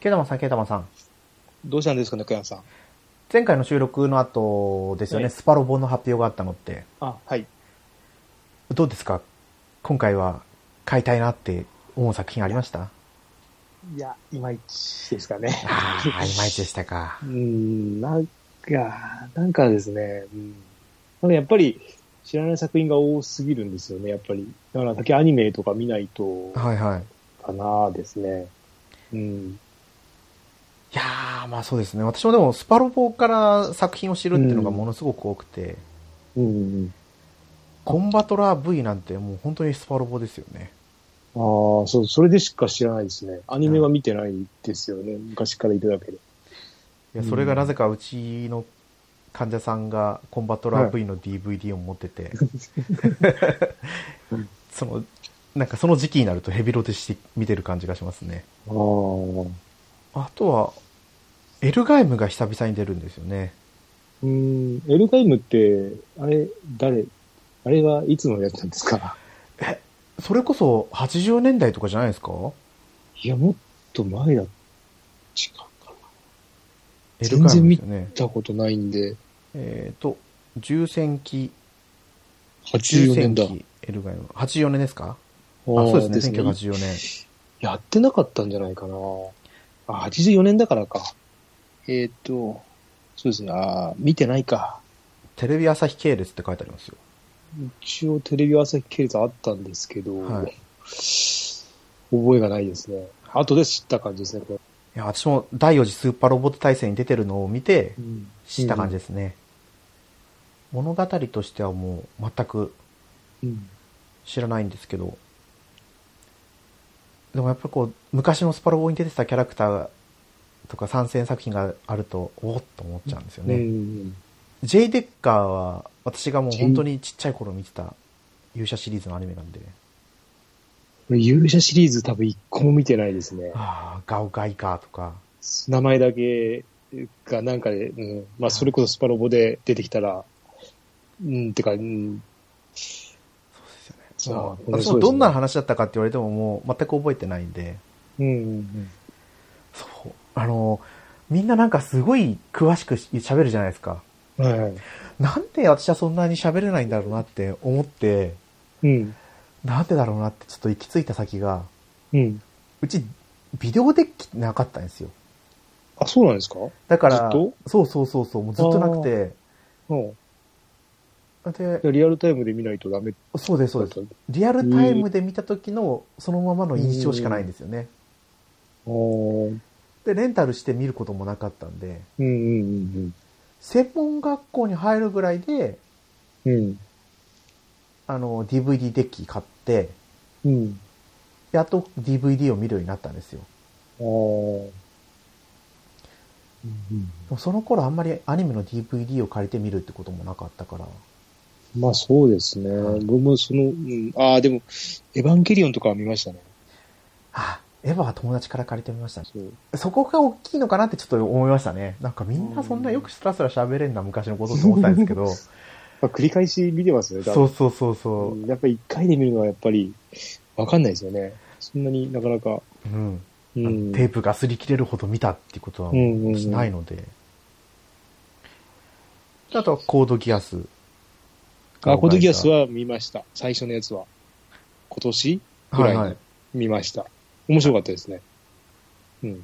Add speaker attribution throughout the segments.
Speaker 1: ケ玉さん、ケ玉さん。
Speaker 2: どうしたんですかね、小山さん。
Speaker 1: 前回の収録の後ですよね、
Speaker 2: はい
Speaker 1: スパロボの発表があったのって。
Speaker 2: あ、はい。
Speaker 1: どうですか今回は買いたいなって思う作品ありました
Speaker 2: いや、いまいちですかね。
Speaker 1: ああ、いまいちでしたか
Speaker 2: う。ん、なんか、なんかですね、うん。なんかやっぱり、知らない作品が多すぎるんですよね、やっぱり。だから、先アニメとか見ないと、
Speaker 1: はいはい。い
Speaker 2: かなですね。うん。
Speaker 1: やー、まあそうですね。私もでもスパロボから作品を知るっていうのがものすごく多くて、
Speaker 2: うん。
Speaker 1: コンバトラー V なんてもう本当にスパロボですよね。
Speaker 2: ああ、そう、それでしか知らないですね。アニメは見てないですよね、昔からいるだけで。
Speaker 1: いや、それがなぜかうちの患者さんがコンバトラー V の DVD を持ってて、 その、なんかその時期になるとヘビロテして見てる感じがしますね。
Speaker 2: ああ。
Speaker 1: あとは、エルガイムが久々に出るんですよね。
Speaker 2: うーん、エルガイムって、あれ、誰、あれはいつのやつなんですか
Speaker 1: それこそ80年代とかじゃないですか
Speaker 2: いや、もっと前だ、違うかな。
Speaker 1: エルガイムですよね
Speaker 2: 見。たことないんで、
Speaker 1: えっ、と、重戦記、
Speaker 2: 84年だ。あ
Speaker 1: 記、エルガイム。84年ですかあ
Speaker 2: ー
Speaker 1: そうですね、1984年。
Speaker 2: やってなかったんじゃないかな。あ、84年だからか。えーっと、そうですね、あー見てないか。
Speaker 1: テレビ朝日系列って書いてありますよ。
Speaker 2: 一応テレビ朝日系列あったんですけど、
Speaker 1: はい
Speaker 2: 覚えがないですね。後で知った感じですね、これ。
Speaker 1: いや、私も第4次スーパーロボット大戦に出てるのを見て、
Speaker 2: うん
Speaker 1: 知った感じですね。物語としてはもう全く
Speaker 2: うん
Speaker 1: 知らないんですけど、でもやっぱりこう、昔のスパロボに出てたキャラクターとか参戦作品があると、おっと思っちゃうんですよ
Speaker 2: う
Speaker 1: ね。
Speaker 2: ん
Speaker 1: J デッカーは、私がもう本当にちっちゃい頃見てた勇者シリーズのアニメなんで、
Speaker 2: 俺勇者シリーズ多分一個も見てないですね。
Speaker 1: ああ、ガオガイガーとか、
Speaker 2: 名前だけがなんかで、うん、まあそれこそスパロボで出てきたら、うん、てか、うん、
Speaker 1: そう
Speaker 2: あー
Speaker 1: 私もどんな話だったかって言われてももう全く覚えてないんで、
Speaker 2: うん、うん
Speaker 1: そう。あの、みんななんかすごい詳しくし喋るじゃないですか。
Speaker 2: うん、はいはい。
Speaker 1: なんで私はそんなに喋れないんだろうなって思って、
Speaker 2: うん、
Speaker 1: なんでだろうなってちょっと行き着いた先が、
Speaker 2: うん。
Speaker 1: うちビデオデッキなかったんですよ。
Speaker 2: あ、そうなんですか
Speaker 1: だから、
Speaker 2: ずっ
Speaker 1: そうそうそうそう、もうずっとなくて、
Speaker 2: うん。
Speaker 1: で、
Speaker 2: リアルタイムで見ないとダメだ
Speaker 1: そうです、そう
Speaker 2: っ
Speaker 1: で
Speaker 2: た。
Speaker 1: す。
Speaker 2: あ
Speaker 1: リアルタイムで見た時のそのままの印象しかないんですよね。
Speaker 2: あー、
Speaker 1: で、レンタルして見ることもなかったんで、
Speaker 2: うん、うん、
Speaker 1: 専門学校に入るぐらいで、
Speaker 2: うん、うん。
Speaker 1: あの、DVD デッキ買って、
Speaker 2: うん。
Speaker 1: やっと DVD を見るようになったんですよ。
Speaker 2: ああ。うん
Speaker 1: でもその頃あんまりアニメの DVD を借りて見るってこともなかったから。
Speaker 2: まあそうですね。
Speaker 1: はい
Speaker 2: 僕もその、うん、ああ、でも、エヴァンゲリオンとかは見ましたね。
Speaker 1: あ、エヴァは友達から借りてみましたね。
Speaker 2: そう。
Speaker 1: そこが大きいのかなってちょっと思いましたね。なんかみんなそんなよくスラスラ喋れんな昔のことって思ったんですけど。
Speaker 2: まあ、繰り返し見てますね、多分
Speaker 1: そうそうそうそ
Speaker 2: やっぱり一回で見るのはやっぱりわかんないですよね。そんなになかなか。
Speaker 1: う。うん。
Speaker 2: うん。
Speaker 1: テープが擦り切れるほど見たっていうことは
Speaker 2: うんうんうん
Speaker 1: しないので。あとはコードギアス。
Speaker 2: あ、コードギアスは見ました。最初のやつは。今年ぐ
Speaker 1: は
Speaker 2: ら
Speaker 1: い
Speaker 2: い
Speaker 1: はい
Speaker 2: に。見ました。面白かったですね。うん。
Speaker 1: い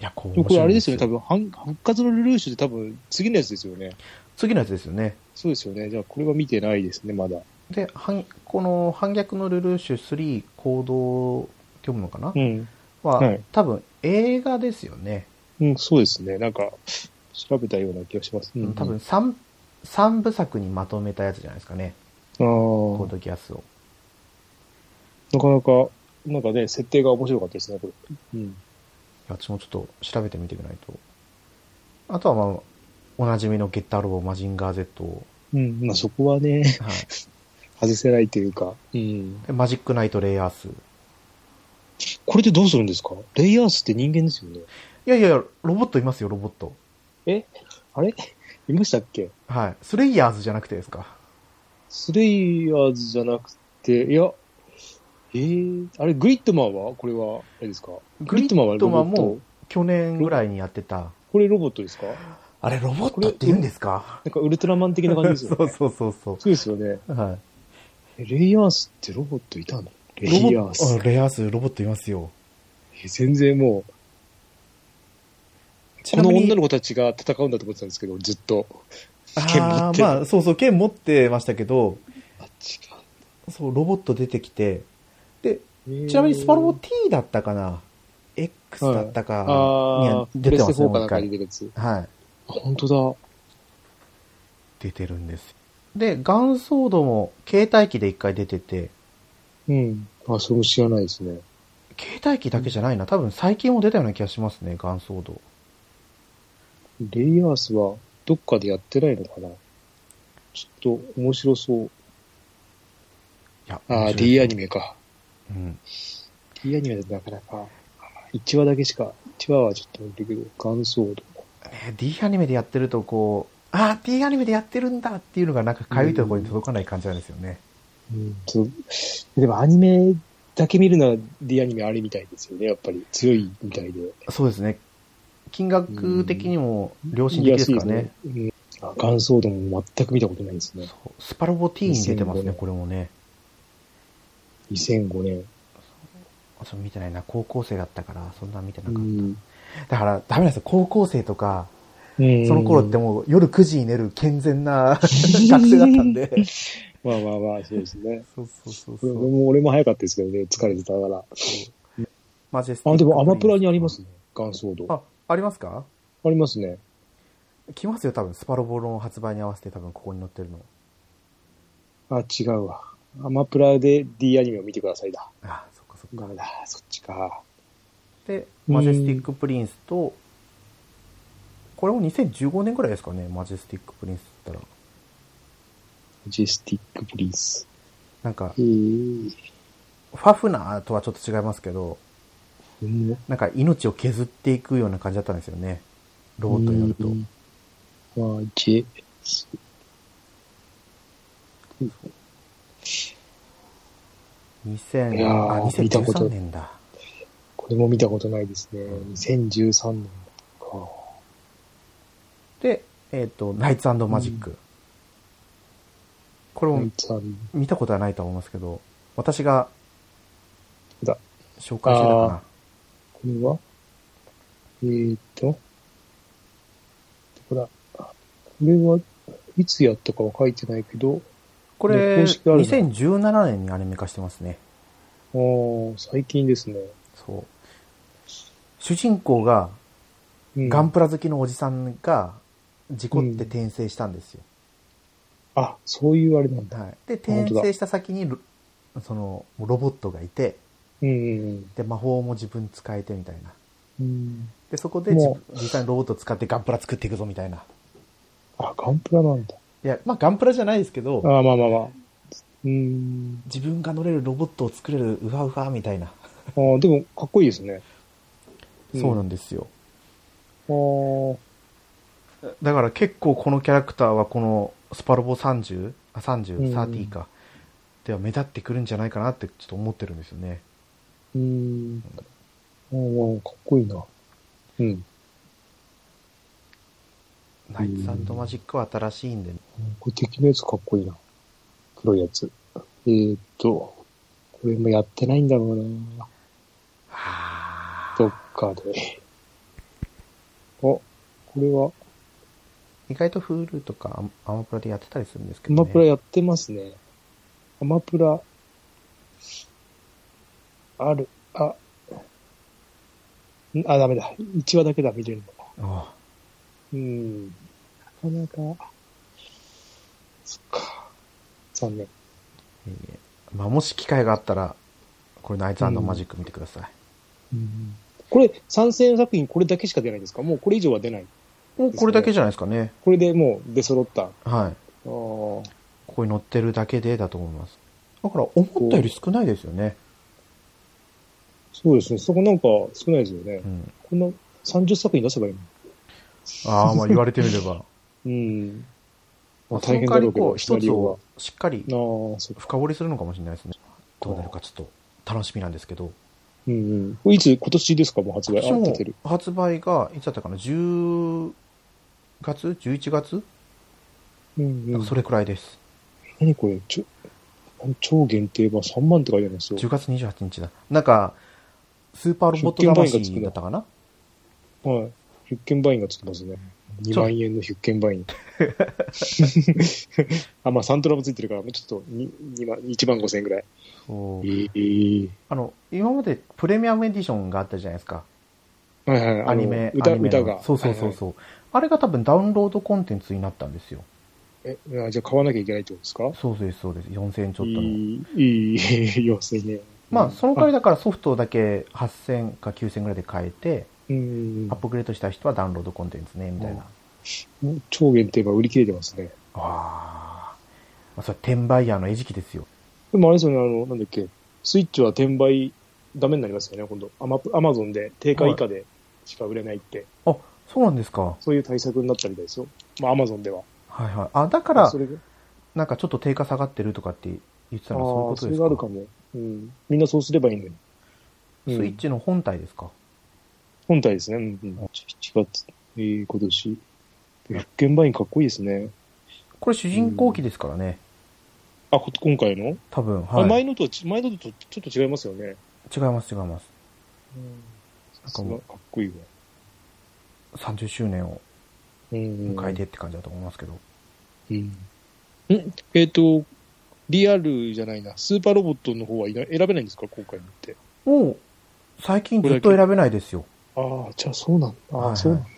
Speaker 1: や、こ
Speaker 2: でもこれあれですよね、多
Speaker 1: 分。
Speaker 2: 分、反復活のルルーシュって多分次のやつですよね。
Speaker 1: 次のやつですよね。
Speaker 2: そうですよね。じゃあこれは見てないですね、まだ。
Speaker 1: で、反この反逆のルルーシュ3行動読むのかな、
Speaker 2: うん。
Speaker 1: は、
Speaker 2: はい
Speaker 1: 多分映画ですよね。
Speaker 2: うん、そうですね。なんか、調べたような気がします。うん、
Speaker 1: 多分3、三部作にまとめたやつじゃないですかね。コー
Speaker 2: あ
Speaker 1: ドギアスを。
Speaker 2: あ、なかなか、なんかね、設定が面白かったですね、これ。うん。
Speaker 1: 私もちょっと調べてみてくれないと。あとはまあ、おなじみのゲッターロボ、マジンガー Z を、
Speaker 2: うん、まあそこはね、
Speaker 1: はい、
Speaker 2: 外せないというか。うん。
Speaker 1: でマジックナイトレイアース。い
Speaker 2: これでどうするんですかレイアースって人間ですよね。
Speaker 1: やいやいや、ロボットいますよ、ロボット。
Speaker 2: あれいましたっけ
Speaker 1: はい。スレイヤーズじゃなくてですか。
Speaker 2: スレイヤーズじゃなくて、いや、ええあれ、グリットマンはこれは、あれですか
Speaker 1: グリットマン
Speaker 2: ロボッ
Speaker 1: も
Speaker 2: ト
Speaker 1: 去年ぐらいにやってた、
Speaker 2: これロボットですか
Speaker 1: あれロボットって言うんですか
Speaker 2: なんかウルトラマン的な感じですよね。
Speaker 1: そうそうそうそ
Speaker 2: そうですよね。
Speaker 1: う。はい。
Speaker 2: えレイアースってロボットいたのレイアー
Speaker 1: ロボ
Speaker 2: ス
Speaker 1: ッ。トあレイアース、ロボットいますよ。
Speaker 2: え全然もう、
Speaker 1: ち
Speaker 2: この女の子たちが戦うんだと思ってたんですけど、ずっと。剣持
Speaker 1: あ
Speaker 2: って
Speaker 1: ー
Speaker 2: る。
Speaker 1: まあ、そうそう、剣持ってましたけど、
Speaker 2: あっちか。
Speaker 1: そう、ロボット出てきて、で、
Speaker 2: えー
Speaker 1: ちなみにスパロボ T だったかな ?X だったか、に
Speaker 2: あ
Speaker 1: は
Speaker 2: あ、プ
Speaker 1: 出
Speaker 2: レ
Speaker 1: てま
Speaker 2: ステ
Speaker 1: すね、
Speaker 2: 4
Speaker 1: も
Speaker 2: か
Speaker 1: う
Speaker 2: なん
Speaker 1: 一回。
Speaker 2: かに出るやつ。
Speaker 1: はい。
Speaker 2: あ本当だ。
Speaker 1: 出てるんです。で、ガンソードも携帯機で一回出てて、
Speaker 2: うん。あ、それも知らないですね。
Speaker 1: 携帯機だけじゃないな。多分最近も出たような気がしますね、ガンソード。
Speaker 2: レイアースはどっかでやってないのかなちょっと面白そう。
Speaker 1: いや、
Speaker 2: あ
Speaker 1: 面
Speaker 2: あ、
Speaker 1: 白い
Speaker 2: D アニメか。
Speaker 1: うん。
Speaker 2: D アニメだとなかなか、1話だけしか、1話はちょっと見てくる。ガンソード。
Speaker 1: ね D アニメでやってるとこう、あー D アニメでやってるんだっていうのがなんかかゆいところに届かない感じなんですよね。
Speaker 2: うん。ちょっとでもアニメだけ見るのは D アニメあれみたいですよね。やっぱり強いみたいで。
Speaker 1: そうですね。金額的にも良心的ですからね。
Speaker 2: 安いですね。うん。あガンソードも全く見たことないですね。
Speaker 1: そうスパロボ T に出てます
Speaker 2: 2005
Speaker 1: ね、
Speaker 2: 年
Speaker 1: これもね。
Speaker 2: 2005年。
Speaker 1: あそう見てないな。高校生だったから、そんな見てなかった。
Speaker 2: うん。
Speaker 1: だから、ダメなんですよ。高校生とか、
Speaker 2: うん
Speaker 1: その頃ってもう夜9時に寝る健全な 学生だったん で。
Speaker 2: まあまあまあ、そうですね。
Speaker 1: そうそうそうそ
Speaker 2: 俺
Speaker 1: う。
Speaker 2: も俺も早かったですけどね、疲れてたから。
Speaker 1: マジェスティック
Speaker 2: あ、でもアマプラにありますね、ガンソード。あ
Speaker 1: あ、ありますか
Speaker 2: りますね。
Speaker 1: 来ますよ、多分。スパロボの発売に合わせて多分ここに載ってるの。
Speaker 2: あ、違うわ。アマプラで D アニメを見てくださいだ。
Speaker 1: あ、そっかそっか。
Speaker 2: ダメだ、そっちか。
Speaker 1: で、
Speaker 2: うん
Speaker 1: マジェスティックプリンスと、これも2015年ぐらいですかね、マジェスティックプリンスって言ったら。
Speaker 2: マジェスティックプリンス。
Speaker 1: なんか
Speaker 2: へ、ぇ
Speaker 1: ファフナーとはちょっと違いますけど、
Speaker 2: ー。
Speaker 1: なんか命を削っていくような感じだったんですよね。ロボットになると。
Speaker 2: と。マジェス。い
Speaker 1: 2000
Speaker 2: やー
Speaker 1: あ
Speaker 2: 見たこと
Speaker 1: 2013年だ。
Speaker 2: これも見たことないですね。2013年か。
Speaker 1: で、えっ、と、ナイツマジック。これ
Speaker 2: ナ
Speaker 1: も
Speaker 2: イツアン
Speaker 1: 見たことはないと思いますけど、私が
Speaker 2: だ
Speaker 1: 紹介してたか
Speaker 2: あこれはえーっと、どこだ。これはいつやったかは書いてないけど、
Speaker 1: な。これ、
Speaker 2: 公式あるの
Speaker 1: 2017年にアニメ化してますね。
Speaker 2: あー最近ですね。
Speaker 1: そう。主人公が、
Speaker 2: うん
Speaker 1: ガンプラ好きのおじさんが、事故って転生したんですよ。
Speaker 2: あ、そういうあれなんだ。
Speaker 1: はい。で、
Speaker 2: 当だ
Speaker 1: 転生した先にロ、その、ロボットがいて、
Speaker 2: うんうん
Speaker 1: で、魔法も自分使えてみたいな。
Speaker 2: うん。うん。
Speaker 1: で、そこで自
Speaker 2: も
Speaker 1: 実際にロボット使ってガンプラ作っていくぞみたいな。
Speaker 2: あ、ガンプラなんだ。
Speaker 1: いや、まあガンプラじゃないですけど、
Speaker 2: あーまあまあまあ。うーん。
Speaker 1: 自分が乗れるロボットを作れるうわうわみたいな。
Speaker 2: あーでも、かっこいいですね。うん
Speaker 1: そうなんですよ。
Speaker 2: あー
Speaker 1: だから結構このキャラクターはこのスパロボ30、あ、
Speaker 2: う
Speaker 1: 30、
Speaker 2: ん
Speaker 1: 30か。では目立ってくるんじゃないかなってちょっと思ってるんですよね。
Speaker 2: うーん。あーかっこいいな。うん。
Speaker 1: ナイツマジックは新しいんで、
Speaker 2: これ敵のやつかっこいいな。黒いやつ。えーっと、これもやってないんだろうな。
Speaker 1: は
Speaker 2: どっ
Speaker 1: あ
Speaker 2: かで。あ、これは、
Speaker 1: 意外と Hulu とかアマプラでやってたりするんですけ
Speaker 2: ア
Speaker 1: ど、ね。
Speaker 2: マプラやってますね。アマプラ、ある、あ、んあ、ダメだ。1話だけだ、見れるの。
Speaker 1: あ
Speaker 2: うん。なかなか、そっか。残
Speaker 1: あ
Speaker 2: 念。
Speaker 1: いいえまあもし機会があったら、これナイツマジック見てください。
Speaker 2: これ、参戦作品これだけしか出ないんですかもうこれ以上は出ない。
Speaker 1: もうこれだけじゃないですかね。
Speaker 2: これでもう出揃った。あ
Speaker 1: はい。
Speaker 2: ー
Speaker 1: ここに載ってるだけでだと思います。だから思ったより少ないですよね。
Speaker 2: そうですね。そこなんか少ないですよね
Speaker 1: う。ん。
Speaker 2: こんな30作品出せばいいの
Speaker 1: ああ、まあ言われてみれば。
Speaker 2: うん。まあ
Speaker 1: その
Speaker 2: 大変
Speaker 1: 代
Speaker 2: だ
Speaker 1: わ
Speaker 2: ろ
Speaker 1: り
Speaker 2: うけ
Speaker 1: こ
Speaker 2: ど、
Speaker 1: う、
Speaker 2: シナ
Speaker 1: 一
Speaker 2: リ
Speaker 1: つ
Speaker 2: オ
Speaker 1: をしっかり
Speaker 2: が。ああ、そうか。
Speaker 1: 深掘りするのかもしれないですね。どうなるかちょっと楽しみなんですけど。
Speaker 2: うんうん。これいつ、今年ですかもう発売。あ、出てる。
Speaker 1: そう発売が、いつだったかな、10月 ?11 月、
Speaker 2: うん
Speaker 1: な
Speaker 2: うんん。
Speaker 1: かそれくらいです。
Speaker 2: 何これ、ちょ、超限定版3万って書いてありますよ。
Speaker 1: 10月28日だ。なんか、スーパーロボット魂だったかな
Speaker 2: はい。ヒュッケンバインがつきますね。2万円のヒュッケンバイン。 あ、まあ、サントラもついてるから、もうちょっとに二万、1万5千円ぐらい。
Speaker 1: そう
Speaker 2: え
Speaker 1: あの、今までプレミアムエディションがあったじゃないですか。
Speaker 2: えはいはい。あの
Speaker 1: アニメ、
Speaker 2: 歌、
Speaker 1: アニメの
Speaker 2: 歌が。
Speaker 1: そうそうそうそう、あれが多分ダウンロードコンテンツになったんですよ。
Speaker 2: はいはいえあじゃあ買わなきゃいけないってことですか
Speaker 1: そうです、そうです。4000円ちょっ
Speaker 2: い
Speaker 1: との。
Speaker 2: い、いい、要請ね。
Speaker 1: まあ、その代わり
Speaker 2: だ。
Speaker 1: だからソフトだけ8000か9000ぐらいで買えて、
Speaker 2: うん
Speaker 1: アッ。プグレードした人はダウンロードコンテンツね、みたいな。
Speaker 2: うん超限定版売り切れてますね。
Speaker 1: ああ。まあ、それ転売ヤーの餌食ですよ。
Speaker 2: でもあれですよね、あの、なんだっけ、スイッチは転売ダメになりますよね、今度。アマプアマゾンで定価以下でしか売れないって、
Speaker 1: あ、そうなんですか。
Speaker 2: そういう対策になったみたいですよ。まあ、アマゾンでは。
Speaker 1: はいはい。あ、だから
Speaker 2: そ、れがあ
Speaker 1: なんかちょっと定価下がってるとかって言ってたのはそういうことです
Speaker 2: ーそれ
Speaker 1: か
Speaker 2: があるかも。うん。みんなそうすればいいのに。
Speaker 1: スイッ
Speaker 2: チ。
Speaker 1: チの本体ですか。
Speaker 2: 本体ですね。うん、うん。7月、えー、今年。復券バインかっこいいですね。
Speaker 1: これ主人公機ですからね。
Speaker 2: あ、こ今回の、
Speaker 1: 多分、
Speaker 2: あ
Speaker 1: はい。
Speaker 2: 前のとはち、前のとちょっと違いますよね。
Speaker 1: 違います、違います。
Speaker 2: さすがかっこいいわ。
Speaker 1: 30周年を
Speaker 2: うんうん
Speaker 1: 迎えてって感じだと思いますけど。
Speaker 2: うん。んえっ、と、リアルじゃないな、スーパーロボットの方はいな選べないんですか、今回のって。
Speaker 1: もう、最近ずっと選べないですよ。
Speaker 2: ああ、じゃあそうなんだ。
Speaker 1: はいはい
Speaker 2: そうなんだ。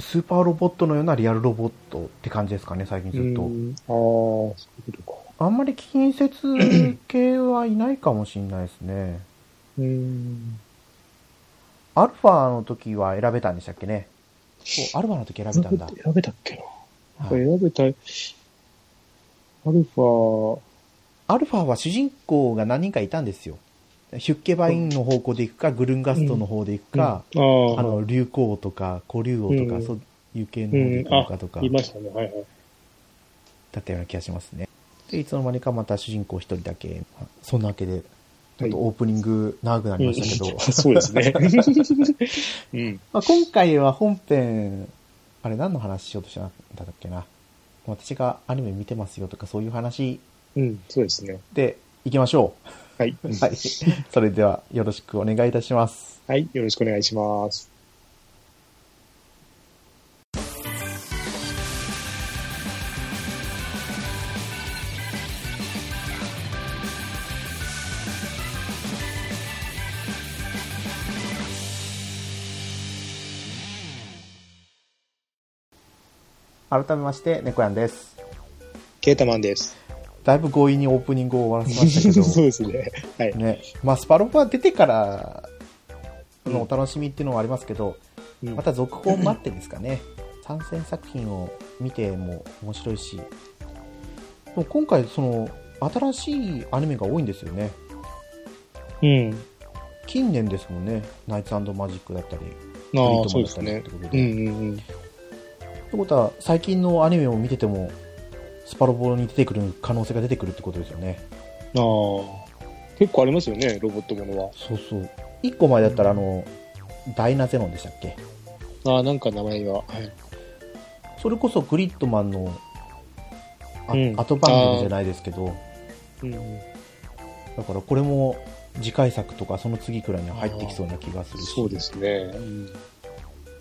Speaker 1: スーパーロボットのようなリアルロボットって感じですかね、最近ずっと。
Speaker 2: うんああ、そういうことか。
Speaker 1: あんまり近 接系はいないかもしれないですね。
Speaker 2: うん。
Speaker 1: アルファの時は選べたんでしたっけね。そう、アルファの時選べたんだ。
Speaker 2: 選べたっけな。
Speaker 1: はい
Speaker 2: 選べたい。アルファ、
Speaker 1: アルファは主人公が何人かいたんですよ。ヒュッケバインの方向で行くか、グルンガストの方で行くか、
Speaker 2: うんああ、
Speaker 1: あの、竜王とか、古竜王とか、
Speaker 2: うん
Speaker 1: そういう系の方で行くのかとか、
Speaker 2: いましたね。はいはい。
Speaker 1: だったような気がしますね。で、いつの間にかまた主人公一人だけ、そんなわけで、ちょっとオープニング長くなりましたけど、
Speaker 2: うん そうですね。 うん。
Speaker 1: まあ、今回は本編、あれ何の話しようとしたんだっけな。私がアニメ見てますよとかそういう話
Speaker 2: うん、そうですね。
Speaker 1: で行きましょ
Speaker 2: はい。
Speaker 1: う。 はい。それではよろしくお願いいたします。
Speaker 2: はい。よろしくお願いします。
Speaker 1: 改めまして、猫やんです。
Speaker 2: ケータマンです。
Speaker 1: だいぶ強引にオープニングを終わらせまし
Speaker 2: そう
Speaker 1: た
Speaker 2: ですね。
Speaker 1: けど、 ね。まあ、スパロボは出てからのお楽しみっていうのはありますけど、
Speaker 2: うん
Speaker 1: また続報待ってですかね。 参戦作品を見ても面白いし、でも今回その、新しいアニメが多いんですよね。
Speaker 2: うん。
Speaker 1: 近年ですもんね。ナイツマジックだったり、ブリ
Speaker 2: ああ、
Speaker 1: ート
Speaker 2: そ
Speaker 1: マン
Speaker 2: うで
Speaker 1: だっ
Speaker 2: す
Speaker 1: たりっ
Speaker 2: ね
Speaker 1: て。こと
Speaker 2: う
Speaker 1: で。
Speaker 2: んうんうん。
Speaker 1: ってことは、最近のアニメを見てても、スパロボに出てくる可能性が出てくるってことですよね。
Speaker 2: ああ。結構ありますよね、ロボットものは。
Speaker 1: そうそう。一個前だったら、あの、ダイナゼノンでしたっけ
Speaker 2: ああ、なんか名前が。はい。
Speaker 1: それこそグリッドマンの、あ
Speaker 2: うん
Speaker 1: 後番組じゃないですけど、
Speaker 2: うんうん。
Speaker 1: だからこれも次回作とかその次くらいには入ってきそうな気がするし、
Speaker 2: そうですね。うん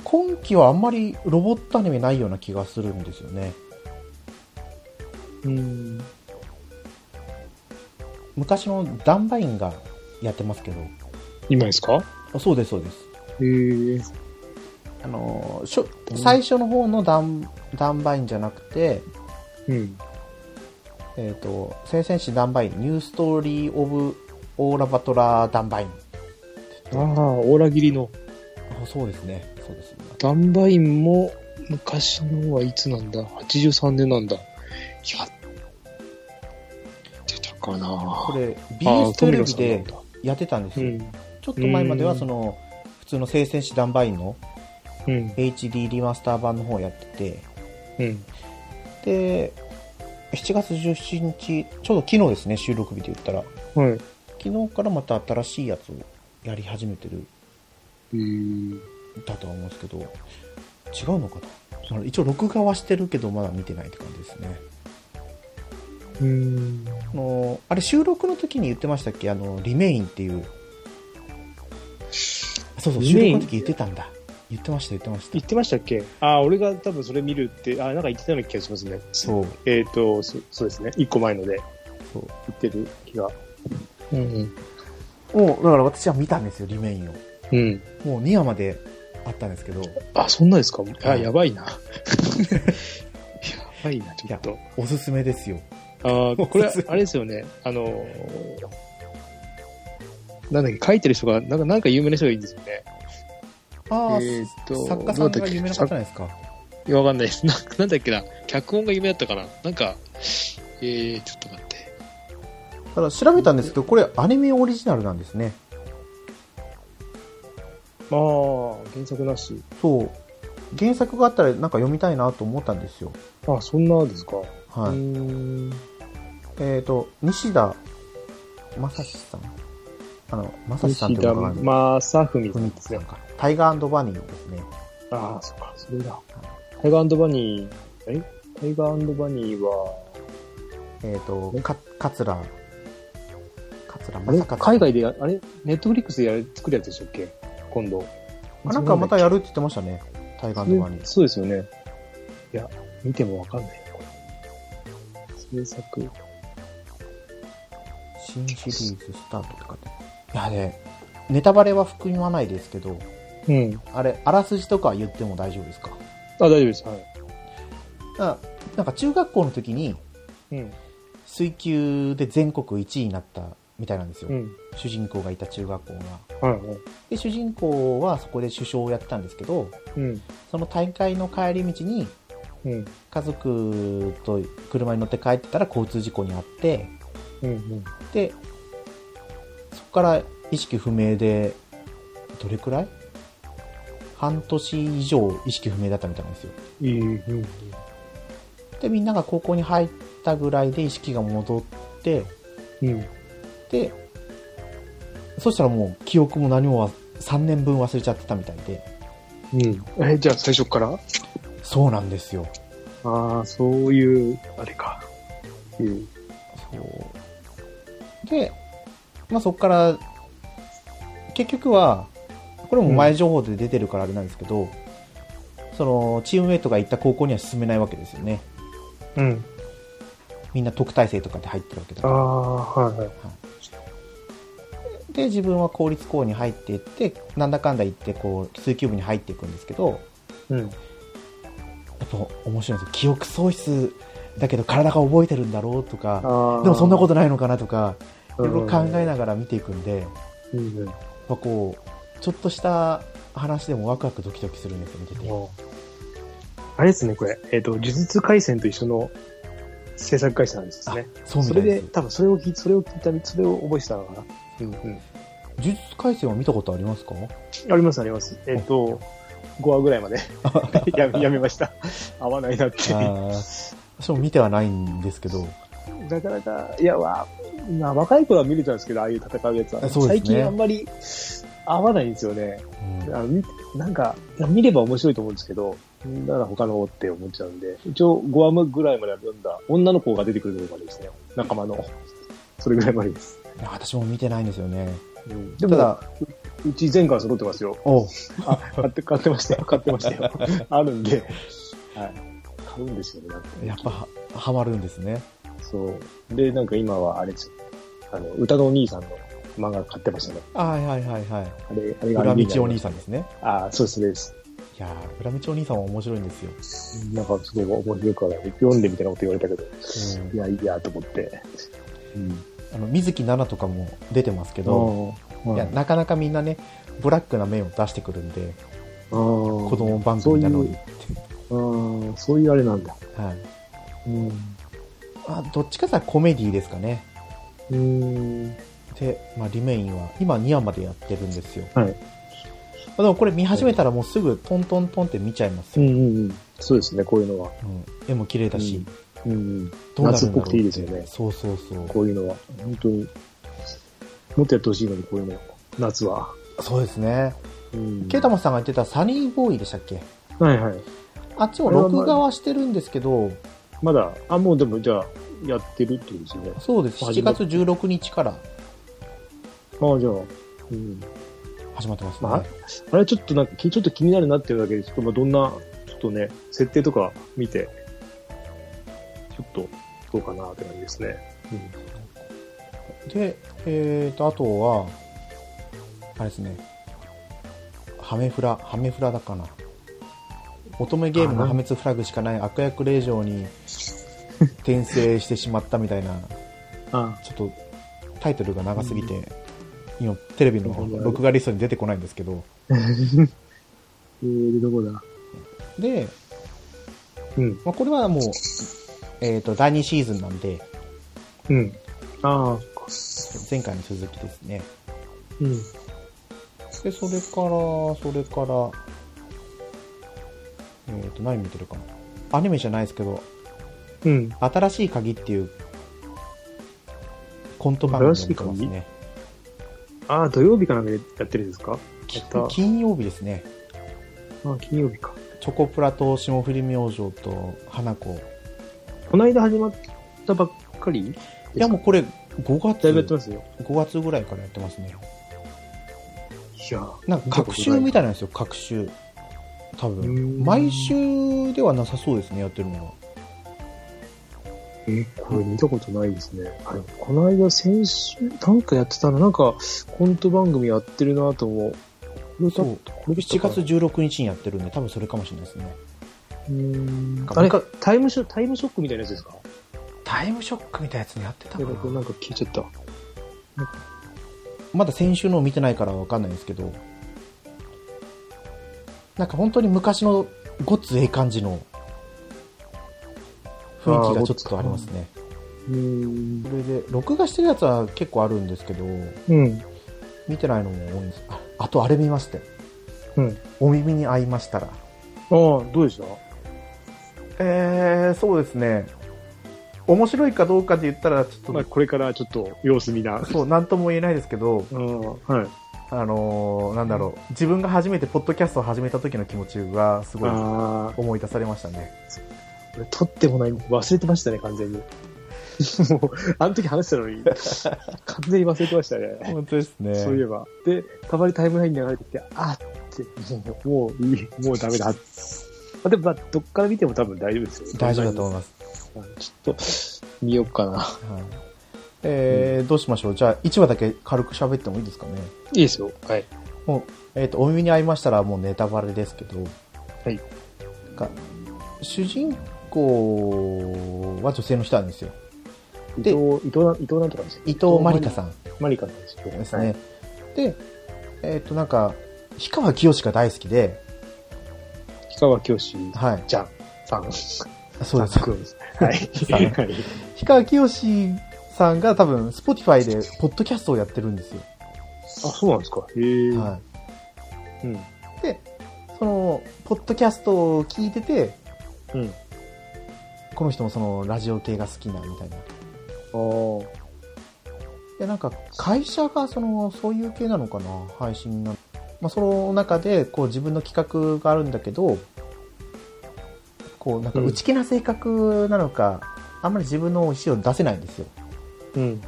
Speaker 1: 今期はあんまりロボットアニメないような気がするんですよね。
Speaker 2: うん。
Speaker 1: 昔のダンバインがやってますけど、
Speaker 2: 今ですか
Speaker 1: あそうです、そうです。
Speaker 2: へえ。
Speaker 1: あのーしょ最初の方のダンダンバインじゃなくて、
Speaker 2: うん。
Speaker 1: えっ、と、聖戦士ダンバイン、ニューストーリー・オブ・オーラ・バトラー・ダンバイン。
Speaker 2: ああ、オーラギリの。
Speaker 1: あそうですね。そうですね。
Speaker 2: ダンバインも昔のはいつなんだ ?83 年なんだ。やってたかな
Speaker 1: これ、
Speaker 2: ああ
Speaker 1: BS テレビで
Speaker 2: 富野さんなんだ
Speaker 1: やってたんです
Speaker 2: う
Speaker 1: よ。
Speaker 2: ん。
Speaker 1: ちょっと前までは、
Speaker 2: うん
Speaker 1: その、普通の聖戦士ダンバインの
Speaker 2: うん。
Speaker 1: HD リマスター版の方をやって
Speaker 2: うん。
Speaker 1: て、で、7月17日、ちょうど昨日ですね、収録日で言ったら。
Speaker 2: はい。
Speaker 1: 昨日からまた新しいやつをやり始めてる
Speaker 2: うん。
Speaker 1: だとは思うんですけど違うのかなその一応録画はしてるけどまだ見てないって感じですね
Speaker 2: うん。
Speaker 1: あのあれ収録の時に言ってましたっけあのリメインっていうそうそう
Speaker 2: リ
Speaker 1: 収
Speaker 2: メイ
Speaker 1: 録
Speaker 2: ン
Speaker 1: の時言ってたんだ言ってました言ってました
Speaker 2: 言ってましたっけああ、俺が多分それ見るって、ああ、なんか言ってたような気がしますね。う。
Speaker 1: そう
Speaker 2: えっ、とそ、そうですね。一個前ので
Speaker 1: そう
Speaker 2: 言ってる気が。うん。
Speaker 1: もうだから私は見たんですよリメインを
Speaker 2: うん。
Speaker 1: もう2話まであったんですけど
Speaker 2: あ、そんなですかあ、
Speaker 1: はい
Speaker 2: やばい な。やばいな、ちょっと。
Speaker 1: おすすめですよ
Speaker 2: ああ、これ
Speaker 1: 普通、
Speaker 2: あれですよね。あのーなんだっけ、書いてる人が、なんか、なんか有名な人がいいんですよね。
Speaker 1: ああ、
Speaker 2: えーっと
Speaker 1: 作家さんが有名な方じゃないですか
Speaker 2: いやわかんないです。ななんだっけな。脚本が有名だったかな。なんか、えー、ちょっと待って。
Speaker 1: ただ調べたんですけどこれアニメオリジナルなんですね
Speaker 2: まあ、原作なし。
Speaker 1: そう原作があったらなんか読みたいなと思ったんですよ
Speaker 2: あ、そんなですか。
Speaker 1: はい、
Speaker 2: うーん
Speaker 1: えっ、と西田正史さんあの正史さんっ
Speaker 2: 西
Speaker 1: てこ
Speaker 2: 田
Speaker 1: とかな
Speaker 2: 正文さん
Speaker 1: 文
Speaker 2: です
Speaker 1: さ
Speaker 2: ね
Speaker 1: ん。かタイガーバニーですね
Speaker 2: ああ、そっか、それだ。タイガーバニー、えタイガーバニーは、
Speaker 1: えっ、とか桂桂
Speaker 2: あれ
Speaker 1: 正和
Speaker 2: 海外でや、あれネットフリックスでやる作るやつでしたっけ今度。
Speaker 1: あなんかまたやるって言ってましたねタイガーバニー
Speaker 2: そうですよね。いや、見てもわかんないな、これ。制作。
Speaker 1: 新シリーズスタートとかっていやねネタバレは含まないですけど
Speaker 2: うん。
Speaker 1: あれあらすじとかは言っても大丈夫ですか
Speaker 2: あ、大丈夫です。はい。
Speaker 1: あなんか中学校の時に
Speaker 2: うん。
Speaker 1: 水球で全国1位になったみたいなんですよ、
Speaker 2: うん。
Speaker 1: 主人公がいた中学校が
Speaker 2: はい、はい。
Speaker 1: で主人公はそこで首相をやってたんですけど
Speaker 2: うん。
Speaker 1: その大会の帰り道に
Speaker 2: うん。
Speaker 1: 家族と車に乗って帰ってたら交通事故に遭って
Speaker 2: うん。
Speaker 1: でそこから意識不明でどれくらい半年以上意識不明だったみたいなんですよ
Speaker 2: うん。うん。
Speaker 1: でみんなが高校に入ったぐらいで意識が戻って
Speaker 2: うん。
Speaker 1: でそしたらもう記憶も何もわ3年分忘れちゃってたみたいで
Speaker 2: うん。え、じゃあ最初から
Speaker 1: そうなんですよ
Speaker 2: ああ、そういう、あれか。うん。
Speaker 1: そうで、まあ、そこから結局はこれも前情報で出てるからあれなんですけど、そのチームメイトが行った高校には進めないわけですよね
Speaker 2: うん。
Speaker 1: みんな特待生とかで入ってるわけだ
Speaker 2: あ
Speaker 1: から
Speaker 2: あ、はいはい。
Speaker 1: で自分は公立校に入っていってなんだかんだ言ってこう水球部に入っていくんですけど
Speaker 2: うん。
Speaker 1: やっぱ面白いんですよ記憶喪失だけど体が覚えてるんだろうと
Speaker 2: で
Speaker 1: かでもそんなこととないのかなとかいろいろ考え
Speaker 2: い。
Speaker 1: ながら見ていくんでやっ
Speaker 2: うんうん。
Speaker 1: ぱこうちょっとした話でもワクワクドキドキするんですよ見てて
Speaker 2: あれですね、これ。えっ、と、呪術廻戦と一緒の制作会社なんです
Speaker 1: あ
Speaker 2: ね。
Speaker 1: そうみ
Speaker 2: そ
Speaker 1: た
Speaker 2: れ
Speaker 1: いで
Speaker 2: で、
Speaker 1: す
Speaker 2: 多分それを聞いそれを聞いた、それを覚えてたのかな。うんうん。
Speaker 1: 呪術廻戦は見たことあり ますか
Speaker 2: ありますあります。えっ、と、5話ぐらい までややめました。合わないなって。
Speaker 1: そう見てはないんですけど
Speaker 2: なかなか、いや、わまあ、若い頃は見れたんですけど、ああいう戦うやつ
Speaker 1: そ
Speaker 2: は。
Speaker 1: うですね
Speaker 2: 最近あんまり合わないんですよね。
Speaker 1: うん
Speaker 2: あのみなんか、いや見れば面白いと思うんですけど、だから他の方って思っちゃうんで、一応5話目ぐらいまでは読んだ女の子が出てくるところまでですね。仲間の。それぐらいまでです。
Speaker 1: いや私も見てないんですよね
Speaker 2: うん、で
Speaker 1: た
Speaker 2: も、
Speaker 1: だ
Speaker 2: うち全巻揃ってますよ。
Speaker 1: おう
Speaker 2: あ、買 って、買ってましたよ。買ってましたよ。あるんで。はい。買うんですよね、なんかね
Speaker 1: やっぱはハマるんですね
Speaker 2: そう。で、なんか今はあれですよあの、歌のお兄さんの漫画買ってましたね。
Speaker 1: はいはいはいはい
Speaker 2: あれ、あれが
Speaker 1: 裏道お兄
Speaker 2: さ
Speaker 1: さんですね
Speaker 2: ん。ああ、そうです、そうです。
Speaker 1: いやー裏道お兄さんは面白いんですよ、
Speaker 2: なんかすごい面白いから、読んでみたいなこと言われたけど、
Speaker 1: うん
Speaker 2: いや、いいやと思って。うん。
Speaker 1: あの水木奈々とかも出てますけど、
Speaker 2: ど
Speaker 1: いやなかなかみんなねブラックな面を出してくるんで
Speaker 2: 子
Speaker 1: 子供番組なのに
Speaker 2: うん、そういうあれなんだ。
Speaker 1: はい、
Speaker 2: うん。
Speaker 1: あどっちかさコメディですかね
Speaker 2: うん。はい。
Speaker 1: で、まあ、リメインは今2話までやってるんですよ、
Speaker 2: はい
Speaker 1: まあ、でもこれ見始めたらもうすぐトントントンって見ちゃいます
Speaker 2: うん
Speaker 1: よ、
Speaker 2: うんうん。そうですね、こういうのは。
Speaker 1: うん絵も綺麗だし、
Speaker 2: うんうんうん。
Speaker 1: どうなるんだろう
Speaker 2: 夏っぽくていいですよね
Speaker 1: そうそうそう
Speaker 2: こういうのは。本当に。もっとやってほしいのに、こういうの。夏は。
Speaker 1: そうですね。
Speaker 2: うん
Speaker 1: ケイタマスさんが言ってたサニーボーイでしたっけ
Speaker 2: はいはい。
Speaker 1: あっちを録画はしてるんですけど、
Speaker 2: まだ、あ、もうでもじゃあ、やってるってことですよね。
Speaker 1: そうです。7月16日から
Speaker 2: ああ、じゃあ、うん。
Speaker 1: 始まってますね。
Speaker 2: まあ、あれちょっとなんか、きちょっと気になるなっていうだけで、ちょっとまあどんな、ちょっとね、設定とか見て、ちょっと、どうかなって感じですね。
Speaker 1: で、えーと、あとは、あれですね。ハメフラ、ハメフラだかな。乙女ゲームの破滅フラグしかない悪役令嬢 に転生してしまったみたいな、
Speaker 2: あ
Speaker 1: ちょっとタイトルが長すぎて、今テレビの録画リストに出てこないんですけど。
Speaker 2: えー、どこだ
Speaker 1: で、
Speaker 2: うん。
Speaker 1: まあ、これはもう、えーと、第2シーズンなんで、
Speaker 2: うん。ああ、
Speaker 1: 前回の続きですね。
Speaker 2: うん。
Speaker 1: で、それから、それから、えっ、と、何見てるかな。アニメじゃないですけど、
Speaker 2: うん。
Speaker 1: 新しい鍵っていうコント番組を見てますね。
Speaker 2: ああ、土曜日かなんかでやってるんですか
Speaker 1: き
Speaker 2: また
Speaker 1: 金曜日ですね。
Speaker 2: ああ、金曜日か。
Speaker 1: チョコプラと霜降り明星と花子。
Speaker 2: この間始まったばっかり
Speaker 1: いや、もうこれ5
Speaker 2: だいぶやっ
Speaker 1: 月、
Speaker 2: てますよ。
Speaker 1: 5月ぐらいからやってますね。
Speaker 2: いや、
Speaker 1: なんか、各週みたいなんですよ、各週。多
Speaker 2: うー
Speaker 1: 分。
Speaker 2: ん
Speaker 1: 毎週ではなさそうですね、やってるのは。
Speaker 2: え、これ見たことないですね。あのこの間先週、なんかやってたの、なんかコント番組やってるなと思う。これだ
Speaker 1: そう
Speaker 2: これだった
Speaker 1: 7
Speaker 2: かな
Speaker 1: 月16日にやってるんで、多分それかもしれないですね。
Speaker 2: うーん
Speaker 1: か
Speaker 2: あれか、タイムショタイムショックみたいなやつですか
Speaker 1: タイムショックみたいなやつにやってた
Speaker 2: いやこれなんか聞いちゃった。
Speaker 1: まだ先週のを見てないからわかんないですけど、なんか本当に昔のごっつええ感じの雰囲気がちょっとありますね。
Speaker 2: うーん
Speaker 1: そ。れで、録画してるやつは結構あるんですけど、
Speaker 2: うん。
Speaker 1: 見てないのも多いんです。ああとあれ見まして。
Speaker 2: うん。
Speaker 1: お耳に合いましたら。
Speaker 2: ああ、どうでした
Speaker 1: えー、そうですね。面白いかどうかで言ったら、ちょっと、
Speaker 2: まあ、これからちょっと様子見な。
Speaker 1: そう、なんとも言えないですけど、
Speaker 2: うん。はい。
Speaker 1: あのーなんだろう、自分が初めてポッドキャストを始めた時の気持ちがすごい
Speaker 2: ああ、
Speaker 1: 思い出されましたね。
Speaker 2: これ撮ってもない、忘れてましたね、完全に。もう、あの時話したの に、完全に忘れてましたね。
Speaker 1: 本当ですね。
Speaker 2: そういえば。で、たまにタイムラインに流れてきて、あーって、もう、もういい、もうダメだ。あ でも、まあ、どっから見ても多分大丈夫ですよ。
Speaker 1: 大丈夫だと思います。
Speaker 2: ちょっと、見よっかな。
Speaker 1: はいえーどうしましょう。じゃあ、1話だけ軽く喋ってもいいですかね。
Speaker 2: いいですよ。はい。
Speaker 1: もう、えっ、と、お耳に合いましたらもうネタバレですけど、
Speaker 2: はい。
Speaker 1: なんか主人公は女性の人なんですよ。
Speaker 2: 伊
Speaker 1: で
Speaker 2: 藤、伊藤な、伊藤なんとかですよ。
Speaker 1: 伊藤まりかさん
Speaker 2: ん。まりかさんですよ。
Speaker 1: ですね。。で、えっ、と、なんか、氷川きよしが大好きで、
Speaker 2: 氷川きよし、
Speaker 1: はい。
Speaker 2: ちゃん、さん。
Speaker 1: そうです。
Speaker 2: くん。はい。
Speaker 1: さん
Speaker 2: はい。
Speaker 1: 氷川きよしさんが多分、Spotify で、ポッドキャストをやってるんですよ。
Speaker 2: あ、そうなんですか。へえ。
Speaker 1: はい。
Speaker 2: うん。
Speaker 1: で、その、ポッドキャストを聞いてて、
Speaker 2: うん。
Speaker 1: この人もその、ラジオ系が好きな、みたいな。
Speaker 2: ああ。
Speaker 1: で、なんか、会社が、その、そういう系なのかな、配信な。まあ、その中で、こう、自分の企画があるんだけど、こう、なんか、
Speaker 2: うん
Speaker 1: 内気な性格なのか、あんまり自分の意思を出せないんですよ。
Speaker 2: うん。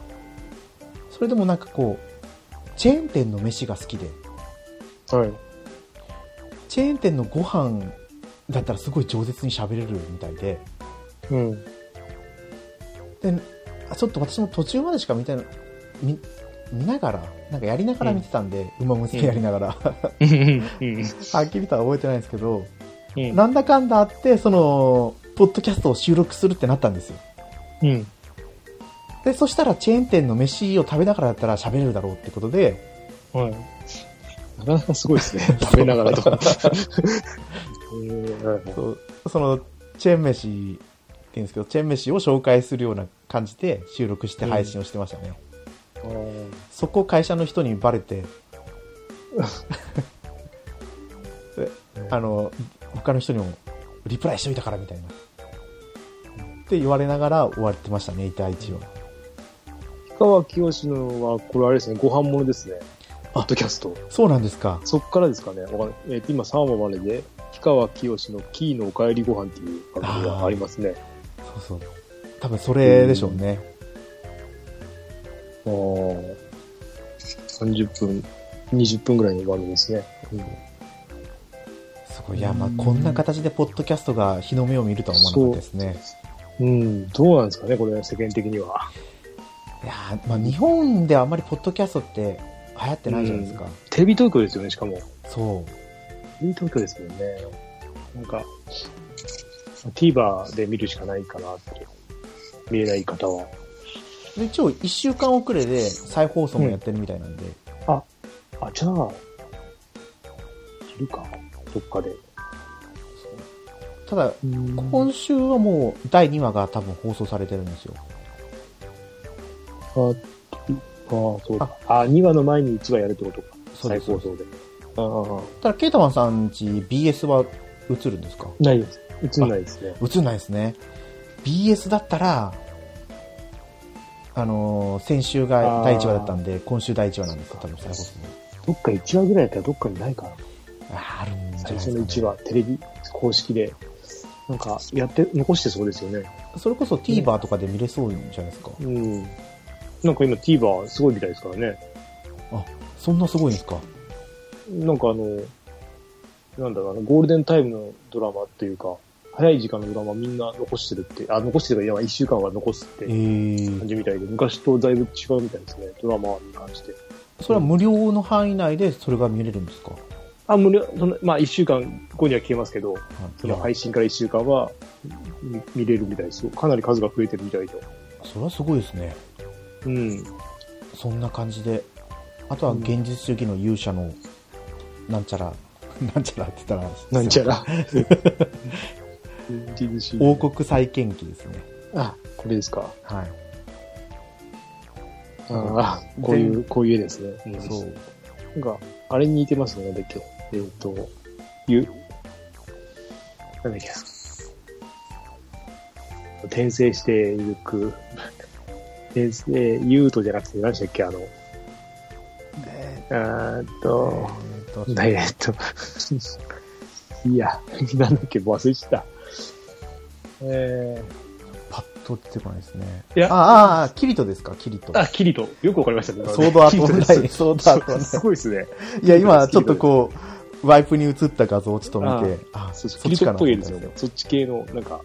Speaker 1: それでもなんかこう、チェーン店の飯が好きで、
Speaker 2: はい。
Speaker 1: チェーン店のご飯だったらすごい饒舌に喋れるみたいで、
Speaker 2: うん。
Speaker 1: であちょっと私も途中までしか見てな見見ながらなんかやりながら見てたんで、馬娘やりながら、
Speaker 2: うん。うん。
Speaker 1: はっきりとは覚えてないんですけど、
Speaker 2: うん。
Speaker 1: なんだかんだあってそのポッドキャストを収録するってなったんですよ
Speaker 2: うん。
Speaker 1: でそしたらチェーン店の飯を食べながらだったら喋れるだろうってことで
Speaker 2: はい。なかなかすごい ですね。食べながらとか。
Speaker 1: そうそのチェーン飯っていうんですけどチェーン飯を紹介するような感じで収録して配信をしてましたね、そこ会社の人にバレ てであの他の人にもリプライしといたからみたいなって言われながら終わってましたね第1話
Speaker 2: 氷川きよしのは、これあれですね、ご飯物ですね。ポッドキャスト。
Speaker 1: そうなんですか。
Speaker 2: そっからですかね。わかんないえー今3話までで、氷川きよしのキーのおかえりご飯っていう番組がありますね。
Speaker 1: そうそう。多分それでしょうね。
Speaker 2: あー30分、20分ぐらいの番組ですね。
Speaker 1: すごい。いや、まあ、こんな形でポッドキャストが日の目を見るとは思わなかったですね。
Speaker 2: うん、うんどうなんですかね、これ、世間的には。
Speaker 1: いやー、まあ、日本ではあんまりポッドキャストって流行ってないじゃないですか。
Speaker 2: テレビ東京ですよね、しかも。
Speaker 1: そう。
Speaker 2: テレビ東京ですもんね。なんか、TVer で見るしかないかなって。見れない方は。
Speaker 1: で一応1週間遅れで再放送もやってるみたいなんで、
Speaker 2: あ、じゃあ、いるか、どっかで。
Speaker 1: ただ
Speaker 2: こ
Speaker 1: 今週はもう第2話が多分放送されてるんですよ
Speaker 2: こあ、あ、そうか。あ、2話の前に1話やるってことか。
Speaker 1: そうで
Speaker 2: 最
Speaker 1: す
Speaker 2: 高層で。ああ、
Speaker 1: ただケータマンさんち BS は映るんですか
Speaker 2: ないです。映んないですね。
Speaker 1: 映んないですね BS だったらあのー先週が第1話だったんで今週第1話なんですよ多分再放送
Speaker 2: どっか1話ぐらいだったらどっかにないかな。
Speaker 1: あーあるんじゃない
Speaker 2: 最
Speaker 1: です
Speaker 2: 初
Speaker 1: か、
Speaker 2: の
Speaker 1: ね、
Speaker 2: 1話、テレビ公式で。なんか、やって、残してそうですよね。
Speaker 1: それこそ TVer とかで見れそうじゃないですか、
Speaker 2: うん。なんか今 TVer すごいみたいですからね。
Speaker 1: そんなすごいんですか
Speaker 2: なんかあの、なんだろうな、ゴールデンタイムのドラマっていうか、早い時間のドラマみんな残してるって、あ、残してるかいや、1週間は残すって
Speaker 1: えー
Speaker 2: 感、じみたいで、昔とだいぶ違うみたいですね、ドラマに関して。
Speaker 1: それは無料の範囲内でそれが見れるんですか、は
Speaker 2: あ、無料、その、まあ1週間後には消えますけど、
Speaker 1: い、
Speaker 2: そ
Speaker 1: いや
Speaker 2: の配信から1週間はみ見れるみたいですよ。かなり数が増えてるみたいで。
Speaker 1: それはすごいですね
Speaker 2: うん。
Speaker 1: そんな感じで、あとは現実主義の勇者の、なんちゃら、 なんちゃらって言ったら、
Speaker 2: なんちゃ ら。DDC
Speaker 1: 王国再建記ですね。
Speaker 2: あ、これですか。
Speaker 1: はい。
Speaker 2: ああ、こういう、こういう絵ですね。うん
Speaker 1: そう。
Speaker 2: なんか、あれに似てますね、だっけ。えっ、と、ゆ、なんだっけ。転生していく、転生、ゆうとじゃなくて、何でしたっけ、あの、
Speaker 1: え
Speaker 2: あーっと、
Speaker 1: ーっと
Speaker 2: ダイエット。いや、なんだっけ、もう忘れちゃった。え
Speaker 1: パッと出てこないですね。
Speaker 2: いや
Speaker 1: ああ、キリトですか、キリト
Speaker 2: ー、。あ、キリト。よくわかりましたね。
Speaker 1: ソードアートオンラ
Speaker 2: キリト
Speaker 1: イ
Speaker 2: で
Speaker 1: ン、
Speaker 2: す
Speaker 1: ソードアートオンラ
Speaker 2: すごいですね。
Speaker 1: イン。いや、今、ちょっとこう、ワイプに映った画像をちょっと見て、あ
Speaker 2: そうそうキリトっぽい絵ですよね。そっち系の、なんか、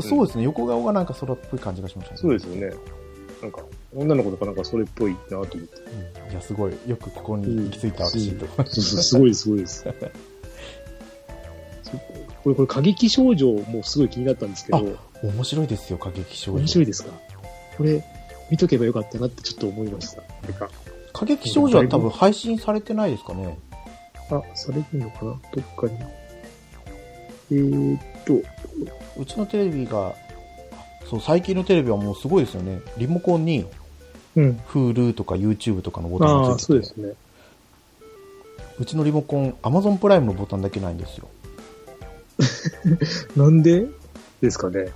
Speaker 1: そうですね、横顔がなんかそれっぽい感じがしましたね。
Speaker 2: そうですよね。なんか、女の子とかなんかそれっぽいなと思って。
Speaker 1: うん。いや、すごい。よくここに行き着いた私、と思いました
Speaker 2: すごいすごいです。 そこれ、これ、過激少女もすごい気になったんですけ
Speaker 1: あ
Speaker 2: ど、
Speaker 1: 面白いですよ、過激少女。
Speaker 2: 面白いですかこれ、見とけばよかったなってちょっと思いました。なんか、
Speaker 1: 過激少女は多分配信されてないですかね。
Speaker 2: あ、されてるのかなどっかに。えーっと、
Speaker 1: うちのテレビが、そう、最近のテレビはもうすごいですよね。リモコンに
Speaker 2: うん。
Speaker 1: Hulu とか YouTube とかのボタン
Speaker 2: あ
Speaker 1: が
Speaker 2: あ、
Speaker 1: つい
Speaker 2: そう
Speaker 1: て
Speaker 2: で
Speaker 1: て、
Speaker 2: すね。
Speaker 1: うちのリモコン Amazon プライムのボタンだけないんですよ。
Speaker 2: なんでですかね。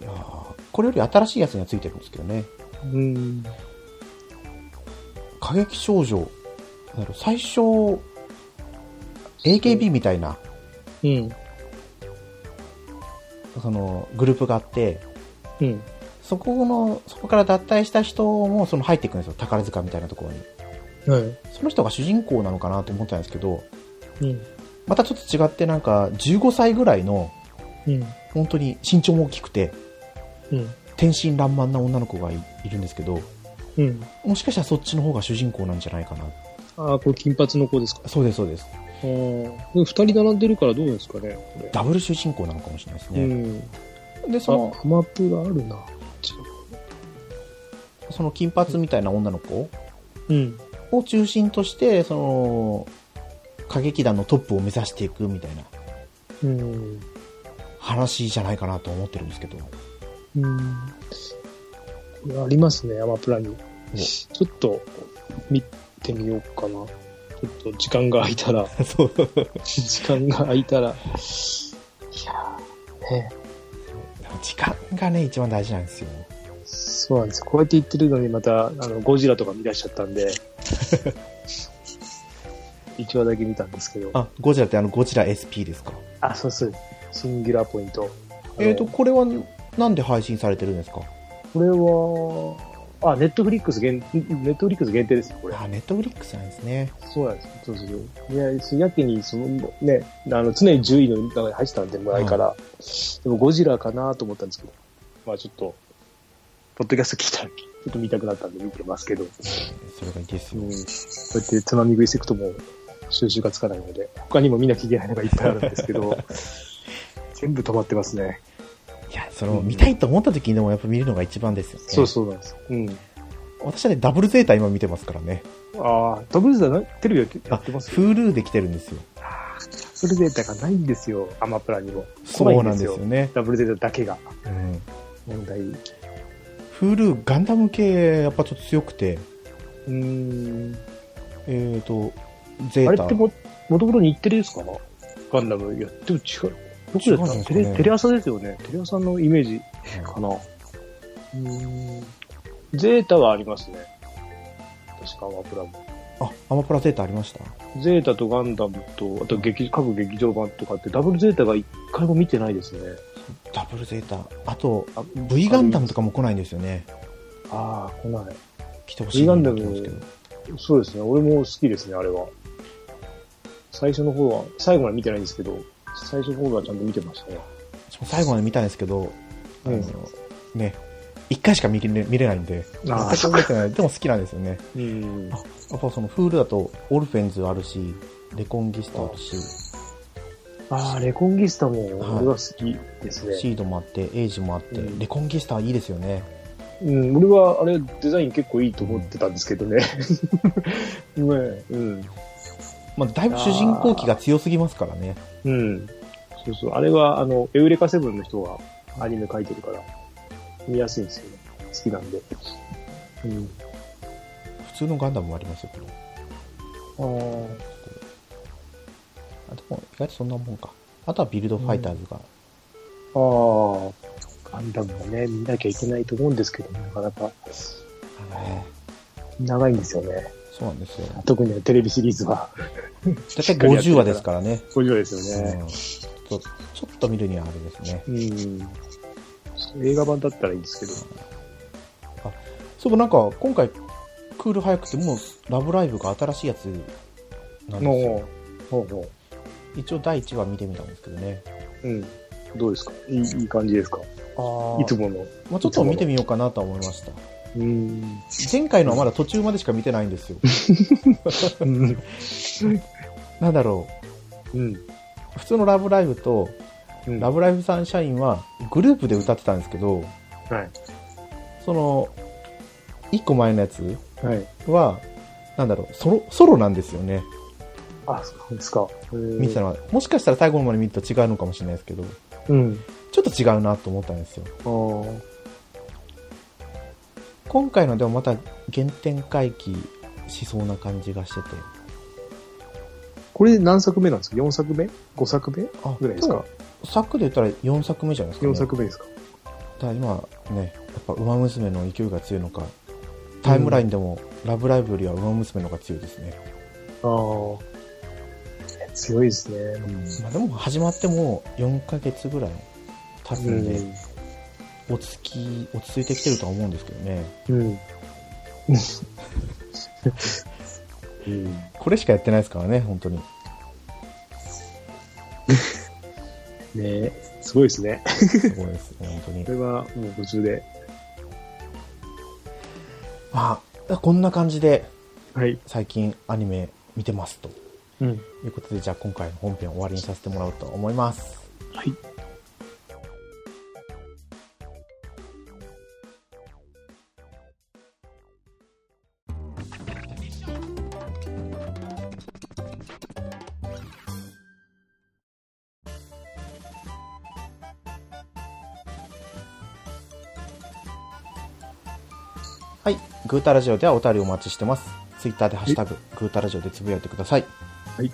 Speaker 1: いやーこれより新しいやつにはついてるんですけどね。
Speaker 2: うん。
Speaker 1: 過激少女。なる最初、AKB みたいな、
Speaker 2: うん。
Speaker 1: その、グループがあって、
Speaker 2: うん。
Speaker 1: そこの、そこから脱退した人も、その入っていくんですよ。宝塚みたいなところに。
Speaker 2: はい。
Speaker 1: その人が主人公なのかなと思ったんですけど、
Speaker 2: うん。
Speaker 1: またちょっと違ってなんか15歳ぐらいの
Speaker 2: うん。
Speaker 1: 本当に身長も大きくて
Speaker 2: うん。
Speaker 1: 天真爛漫な女の子がいいるんですけど
Speaker 2: うん。
Speaker 1: もしかしたらそっちの方が主人公なんじゃないかな
Speaker 2: ああ、これ金髪の子ですか
Speaker 1: そうですそうです
Speaker 2: あー二人並んでるからどうですかね、これ。
Speaker 1: ダブル主人公なのかもしれないです
Speaker 2: う
Speaker 1: ね、
Speaker 2: ん。
Speaker 1: でその
Speaker 2: あ、アマプラあるな。
Speaker 1: その金髪みたいな女の子
Speaker 2: うん。
Speaker 1: を中心としてその歌劇団のトップを目指していくみたいな
Speaker 2: うん。
Speaker 1: 話じゃないかなと思ってるんですけど
Speaker 2: うん。これありますね、アマプラに。ちょっと見てみようかな。ちょっと時間が空いたら、
Speaker 1: そう
Speaker 2: 時間が空いたら。いやーね
Speaker 1: 時間がね一番大事なんですよ
Speaker 2: そうなんです。こうやって言ってるのにまた、あの、ゴジラとか見出しちゃったんで、一話だけ見たんですけど、あ、
Speaker 1: あ、ゴジラってあのゴジラ SP ですか。
Speaker 2: そうそう、シンギュラーポイント。
Speaker 1: えっ、ー、と、
Speaker 2: あの
Speaker 1: これはなんで配信されてるんですか
Speaker 2: これは、あ、ネットフリックス限、ネットフリックス限定ですよ、これ。
Speaker 1: あ、ネットフリックスなんですね。
Speaker 2: そうなんです。そうそうそう。いや、そうやけに、その、ね、あの、常に10位の中に入ってたんで、前から、でもゴジラかなと思ったんですけど、まあちょっと、ポッドキャスト聞いたら、ちょっと見たくなったんで見てますけど、
Speaker 1: それがいいです
Speaker 2: う
Speaker 1: よ。
Speaker 2: ん、こうやってつまみ食いしていくともう収集がつかないので、他にも見なきゃいけないのがいっぱいあるんですけ ど、全部止まってますね。
Speaker 1: いや、その、見たいと思った時にでもやっぱ見るのが一番ですよね。
Speaker 2: そうそうなんです。うん。
Speaker 1: 私はね、ダブルゼータ今見てますからね。
Speaker 2: ああ、ダブルゼータなテレビやってや
Speaker 1: あ、
Speaker 2: ってますよ。
Speaker 1: Hulu で来てるんですよ。
Speaker 2: ダブルゼータがないんですよ、アマプラにも。
Speaker 1: そうなんですよ
Speaker 2: 来い
Speaker 1: ね。
Speaker 2: ダブルゼータだけが
Speaker 1: うん。
Speaker 2: 問題。う
Speaker 1: Hulu、ガンダム系、やっぱちょっと強くて、
Speaker 2: ーん。
Speaker 1: えっ、ー、と、ゼ
Speaker 2: あ
Speaker 1: ー
Speaker 2: れ
Speaker 1: タ。
Speaker 2: っても、もともと日テレですかガンダムやっても違う。どこだ
Speaker 1: 違
Speaker 2: った
Speaker 1: うんで
Speaker 2: の
Speaker 1: すか
Speaker 2: テ
Speaker 1: ね
Speaker 2: レテレ朝ですよね。テレ朝のイメージ
Speaker 1: うん
Speaker 2: かな。うん。ゼータはありますね。確かアマプラも。
Speaker 1: あ、アマプラゼータありました。
Speaker 2: ゼータとガンダムと、あと劇、各劇場版とかって、ダブルゼータが一回も見てないですね。
Speaker 1: ダブルゼータ。あと、V ガンダムとかも来ないんですよね。
Speaker 2: ああ、来ない。
Speaker 1: 来てほしいなと思ってますけ
Speaker 2: V
Speaker 1: ど。
Speaker 2: そうですね。俺も好きですね、あれは。最初の方は、最後まで見てないんですけど、最初の方はちゃんと見てましたね。
Speaker 1: 私も最後まで見たんですけど、あ
Speaker 2: う
Speaker 1: の
Speaker 2: ん、
Speaker 1: ね、一回しか見れ見れないんで、全く
Speaker 2: あー
Speaker 1: 覚えてない。でも好きなんですよね。
Speaker 2: うん
Speaker 1: あやっぱその、フールだと、オルフェンズあるし、レコンギスタあるし、
Speaker 2: ああ、レコンギスタも
Speaker 1: はい
Speaker 2: 俺は好きですね。
Speaker 1: シードもあって、エイジもあって、
Speaker 2: うん
Speaker 1: レコンギスタいいですよね。
Speaker 2: うん、俺はあれデザイン結構いいと思ってたんですけど ね。ねうん。
Speaker 1: まあ、だいぶ主人公機が強すぎますからね。
Speaker 2: うん。そうそう。あれは、あの、エウレカセブンの人がアニメ書いてるから、見やすいんですよね。好きなんで。う
Speaker 1: 普
Speaker 2: ん。
Speaker 1: 通のガンダムもありますよ、これ。
Speaker 2: あ
Speaker 1: あでも、意外とそんなもんか。あとはビルドファイターズが。
Speaker 2: あー。ガンダムもね、見なきゃいけないと思うんですけど、なかなか
Speaker 1: あのね
Speaker 2: 長いんですよね。
Speaker 1: そうなんですよ。
Speaker 2: 特にテレビシリーズは。
Speaker 1: だいたい50話ですからね。
Speaker 2: そうですよね。
Speaker 1: うんちょっとちょっと見るにはあれですね。
Speaker 2: うん。映画版だったらいいんですけど。
Speaker 1: そういえばなんか、今回、クール早くて、もう、ラブライブが新しいやつなんですよ。
Speaker 2: もう、ほうほ
Speaker 1: 一応第1話見てみたんですけどね。
Speaker 2: う。うん。どうですかいいいい感じですか
Speaker 1: あ
Speaker 2: いつもの。
Speaker 1: まあ、ちょっと見てみようかなとは思いました。
Speaker 2: うん。
Speaker 1: 前回のはまだ途中までしか見てないんです よ。
Speaker 2: うん。
Speaker 1: なんだろ
Speaker 2: うん。
Speaker 1: う。普通のラブライブと、
Speaker 2: うん
Speaker 1: ラブライブサンシャインはグループで歌ってたんですけど、
Speaker 2: はい。
Speaker 1: その、1個前のやつ
Speaker 2: はい。
Speaker 1: は、なんだろう、ソロ、ソロなんですよね。
Speaker 2: あ、そうですか。
Speaker 1: 見
Speaker 2: 見
Speaker 1: てたのは。もしかしたら最後まで見ると違うのかもしれないですけど、
Speaker 2: うん。
Speaker 1: ちょっと違うなと思ったんですよ。
Speaker 2: あー
Speaker 1: 今回のでもまた原点回帰しそうな感じがしてて。
Speaker 2: これ何作目なんですか ?4 作目 ?5 作目
Speaker 1: あ
Speaker 2: ぐらいですか
Speaker 1: 作で言ったら4作目じゃないですか、ね。
Speaker 2: ?4 作目ですか
Speaker 1: ただ今ね、やっぱ馬娘の勢いが強いのか、タイムラインでも、ラブライブよりは馬娘の方が強いですね。
Speaker 2: ああ。強いですね。
Speaker 1: まあ、でも始まってもう4ヶ月ぐらい経つ
Speaker 2: うん
Speaker 1: で、
Speaker 2: ん。
Speaker 1: 落ち着き、落ち着いてきてるとは思うんですけどね。
Speaker 2: うん。うん。
Speaker 1: これしかやってないですからね、本当 に。
Speaker 2: ねすごいですね。
Speaker 1: すごいです、本当に
Speaker 2: こ。れはもう途中で。
Speaker 1: まあ、こんな感じで
Speaker 2: はい。
Speaker 1: 最近アニメ見てますと。
Speaker 2: うん。
Speaker 1: ということで、じゃあ今回の本編を終わりにさせてもらおうと思います。
Speaker 2: はい。
Speaker 1: はい。グータラジオではお便りお待ちしてます。ツイッターでハッシュタグ、グータラジオでつぶやいてください。
Speaker 2: はい。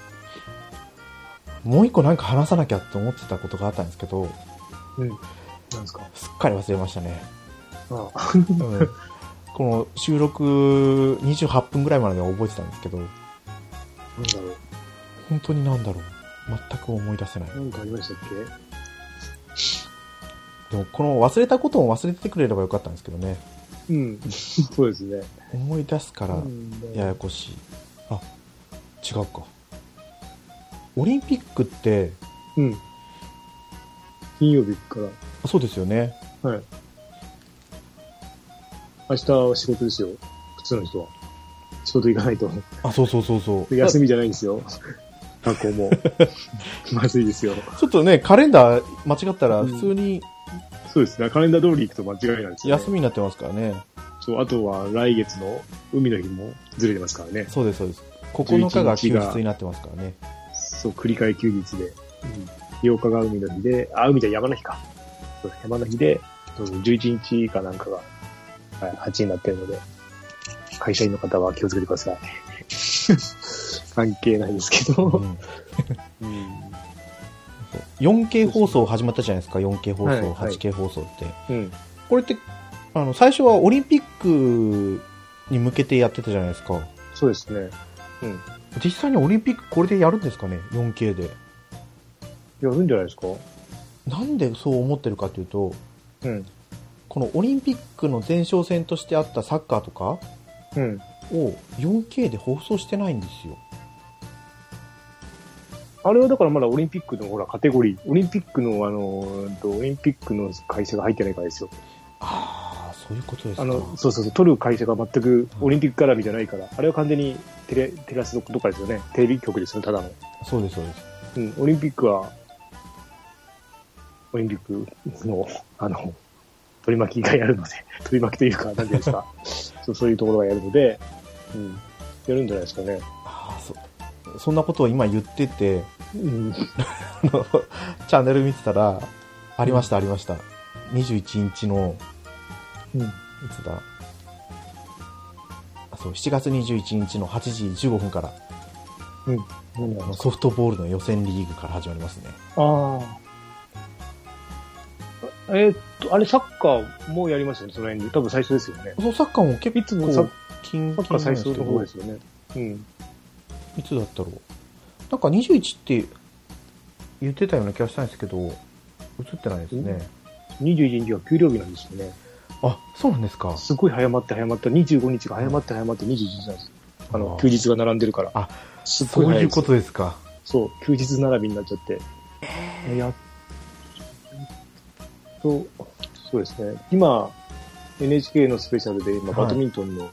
Speaker 1: もう一個なんか話さなきゃって思ってたことがあったんですけど、
Speaker 2: うん。なんですか
Speaker 1: すっかり忘れましたね。
Speaker 2: ああ
Speaker 1: うんこの収録28分ぐらいまでは覚えてたんですけど、
Speaker 2: なんだろう。
Speaker 1: 本当になんだろう。全く思い出せない。
Speaker 2: なんかありましたっけ
Speaker 1: でも、この忘れたことも忘れてくれればよかったんですけどね。
Speaker 2: うん。そうですね。
Speaker 1: 思い出すから
Speaker 2: うん
Speaker 1: ややこしい。あ、違うか。オリンピックって、
Speaker 2: うん。金曜日から。
Speaker 1: あそうですよね。
Speaker 2: はい。明日は仕事ですよ。普通の人は。仕事行かないと。
Speaker 1: あ、そうそうそうそう。
Speaker 2: で休みじゃないんですよ。学校 も。まずいですよ。
Speaker 1: ちょっとね、カレンダー間違ったら普通に
Speaker 2: そうですね。カレンダー通り行くと間違いないですよ、ね。
Speaker 1: 休みになってますからね。
Speaker 2: そう、あとは来月の海の日もずれてますからね。
Speaker 1: そうです、そうです。9日が休
Speaker 2: 11日が
Speaker 1: 日になってますから ね。
Speaker 2: そう、繰り返休日で。うん、8日が海の日で、あ、海じゃ山の日か。そう山の日で、うん11日かなんかが、はい、8になってるので、会社員の方は気をつけてください。 関係ないですけ
Speaker 1: う
Speaker 2: ど。
Speaker 1: ん
Speaker 2: うん。
Speaker 1: 4K 放送始まったじゃないですか、4K 放送、
Speaker 2: はいはい
Speaker 1: 8K 放送って。
Speaker 2: うん。
Speaker 1: これって、あの、最初はオリンピックに向けてやってたじゃないですか。
Speaker 2: そうですね。うん。
Speaker 1: 実際にオリンピックこれでやるんですかね、4K で。
Speaker 2: やるんじゃないですか
Speaker 1: なんでそう思ってるかというと、
Speaker 2: うん。
Speaker 1: このオリンピックの前哨戦としてあったサッカーとか
Speaker 2: うん。
Speaker 1: を 4K で放送してないんですよ。
Speaker 2: あれはだからまだオリンピックのほらカテゴリー、オリンピックのあの、うんとオリンピックの会社が入ってないからですよ。
Speaker 1: ああ、そういうことですか。
Speaker 2: あの、そうそうそう、撮る会社が全くオリンピック絡みじゃないから、あれは完全にテレ、テラスどとかですよね。テレビ局ですよね、ただの。
Speaker 1: そうです、そうです。
Speaker 2: うん、オリンピックは、オリンピックの、あの、取り巻きがやるので、 取り巻きというか、なんていうんですか そう、そういうところがやるので、うん、やるんじゃないですかね。
Speaker 1: ああ、そ、そんなことを今言ってて、
Speaker 2: うん、
Speaker 1: あの チャンネル見てたら、ありました、ありました。21日の、
Speaker 2: うん、
Speaker 1: いつだあそう、7月21日の8時15分から、
Speaker 2: うん、な
Speaker 1: あ
Speaker 2: ん
Speaker 1: の
Speaker 2: だ
Speaker 1: ソフトボールの予選リーグから始まりますね。
Speaker 2: ああ。えーっと、あれ、サッカーもやりましたね、その辺で。多分最初ですよね。
Speaker 1: そう、サッカーも結構、
Speaker 2: いつもサッ
Speaker 1: 近
Speaker 2: サッカ
Speaker 1: 々な
Speaker 2: ー
Speaker 1: ん
Speaker 2: 最
Speaker 1: です
Speaker 2: 初
Speaker 1: け
Speaker 2: の方
Speaker 1: ど
Speaker 2: で、すよね。うん。
Speaker 1: いつだったろう。なんか21って言ってたような気がしたんですけど、映ってないですね。
Speaker 2: 21日は給料日なんですよね。
Speaker 1: あ、そうなんですか。
Speaker 2: すごい早まって早まった。25日が早まって早まって21日なんです。あの
Speaker 1: あ、ー
Speaker 2: 休日が並んでるから。
Speaker 1: あ、
Speaker 2: すっ
Speaker 1: そ
Speaker 2: ごいう早
Speaker 1: い
Speaker 2: いうです
Speaker 1: ことですか。
Speaker 2: そう、休日並びになっちゃって。やっと、そうですね。今、NHK のスペシャルで今、
Speaker 1: はい
Speaker 2: バドミントンの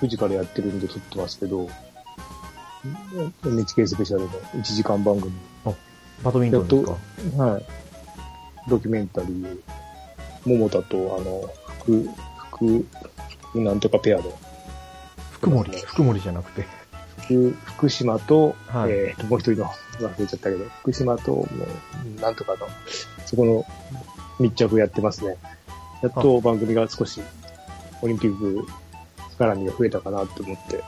Speaker 2: 富士からやってるんで撮ってますけど、NHK スペシャルの1時間番組、
Speaker 1: バドミントンです
Speaker 2: や
Speaker 1: か。
Speaker 2: はい。ドキュメンタリー、桃田と、あの、福、福、福なんとかペアで、
Speaker 1: 福森、福森じゃなくて。
Speaker 2: 福、福島と、
Speaker 1: はい
Speaker 2: えーと、もう一人の、忘れちゃったけど、福島と、もう、なんとかの、そこの密着やってますね。やっと番組が少し、オリンピック絡みが増えたかなと思って。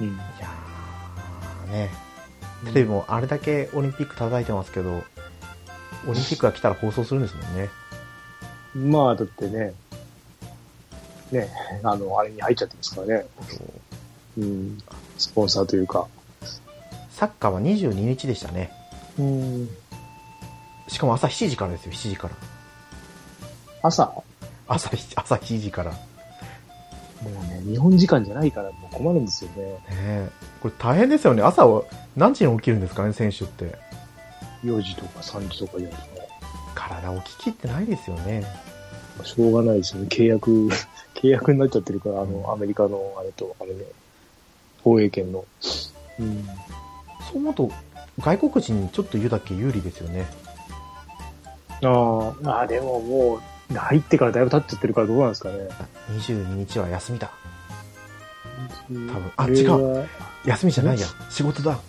Speaker 2: うん。
Speaker 1: いやーね、テレビもあれだけオリンピック叩いてますけど、オリンピックが来たら放送するんですもんね。
Speaker 2: まあ、だってね、ね、あの、あれに入っちゃってますからね。うん。スポンサーというか。
Speaker 1: サッカーは22日でしたね。
Speaker 2: うん。
Speaker 1: しかも朝7時からですよ、7時から。
Speaker 2: 朝、
Speaker 1: 朝7朝7時から。ね
Speaker 2: もうね、日本時間じゃないから、もう困るんですよね。
Speaker 1: えこれ大変ですよね。朝は何時に起きるんですかね、選手って。
Speaker 2: 4時とか3時とか4時とか。
Speaker 1: 体をききってないですよね。
Speaker 2: しょうがないですよね。契約、 契約になっちゃってるから、あの、アメリカの、あれと、あれね、放映権の。うん。
Speaker 1: そう思うと、外国人にちょっと言うだけ有利ですよね。
Speaker 2: ああ。まあでももう、入ってからだいぶ経っちゃってるからどうなんですかね。
Speaker 1: 22日は休みだ。
Speaker 2: 多
Speaker 1: 分あ違
Speaker 2: う。
Speaker 1: 休みじゃないや。仕事だ。
Speaker 2: ま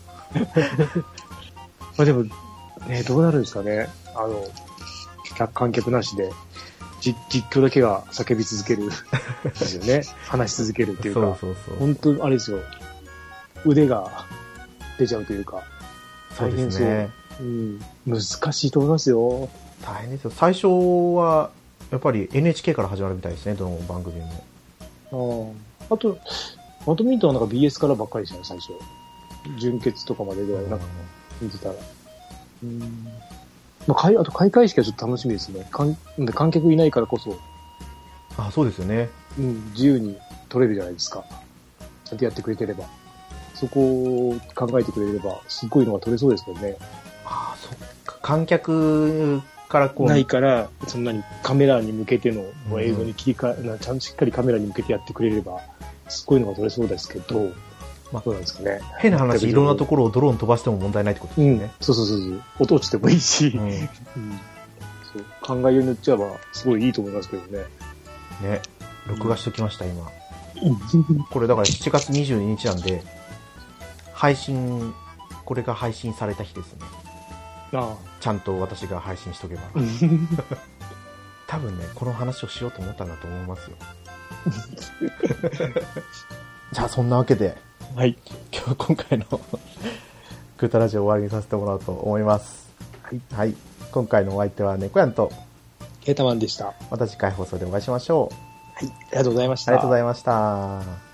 Speaker 2: あでも、ね、どうなるんですかね。あの、客観客なしで、実実況だけが叫び続ける。ですよね。話し続けるっていうか。
Speaker 1: そうそうそう。
Speaker 2: 本当あれですよ。腕が出ちゃうというか。
Speaker 1: そうです
Speaker 2: 大
Speaker 1: ね
Speaker 2: 変。うん。難しいと思いますよ。
Speaker 1: 大変ですよ最初はやっぱり NHK から始まるみたいですね、どの番組も。
Speaker 2: ああと、バドミントンはなんか BS からばっかりでしたね、最初。準決とかまでぐらい、なんか見てたら。うん。まあ、開あと開会式はちょっと楽しみですね。観観客いないからこそ、
Speaker 1: あ、そうですよね。
Speaker 2: うん、自由に取れるじゃないですか。ちゃんとやってくれてれば。そこを考えてくれれば、すっごいのが取れそうですけどね。
Speaker 1: ああ、そっか。観客からこう、
Speaker 2: ないから、そんなにカメラに向けての映像に切り替え、なちゃんとしっかりカメラに向けてやってくれれば、すっごいのが取れそうですけど、
Speaker 1: まあ
Speaker 2: どうなんですかね。
Speaker 1: 変な話、いろんなところをドローン飛ばしても問題ないってことです
Speaker 2: う
Speaker 1: よ
Speaker 2: ん
Speaker 1: ね。、
Speaker 2: そうそうそうそう。音落ちてもいいし、
Speaker 1: うん。
Speaker 2: うんそう考えようによっちゃば、すごいいいと思いますけどね。
Speaker 1: ね。録画しときました、今。 これだから7月22日なんで、配信、これが配信された日ですね。
Speaker 2: あ
Speaker 1: ちゃんと私が配信しと けば。
Speaker 2: あ。
Speaker 1: 多分ね、この話をしようと思ったんだと思いますよ。 じゃあそんなわけで、
Speaker 2: はい。
Speaker 1: 今日今回のクータラジオを終わりにさせてもらおうと思います。
Speaker 2: はい。
Speaker 1: はい。今回のお相手は猫やんと、
Speaker 2: ケータマンでした。は
Speaker 1: また次回放送でお会いしましょう。
Speaker 2: い。ありがとうございまし
Speaker 1: あ
Speaker 2: た。
Speaker 1: りがとうございました。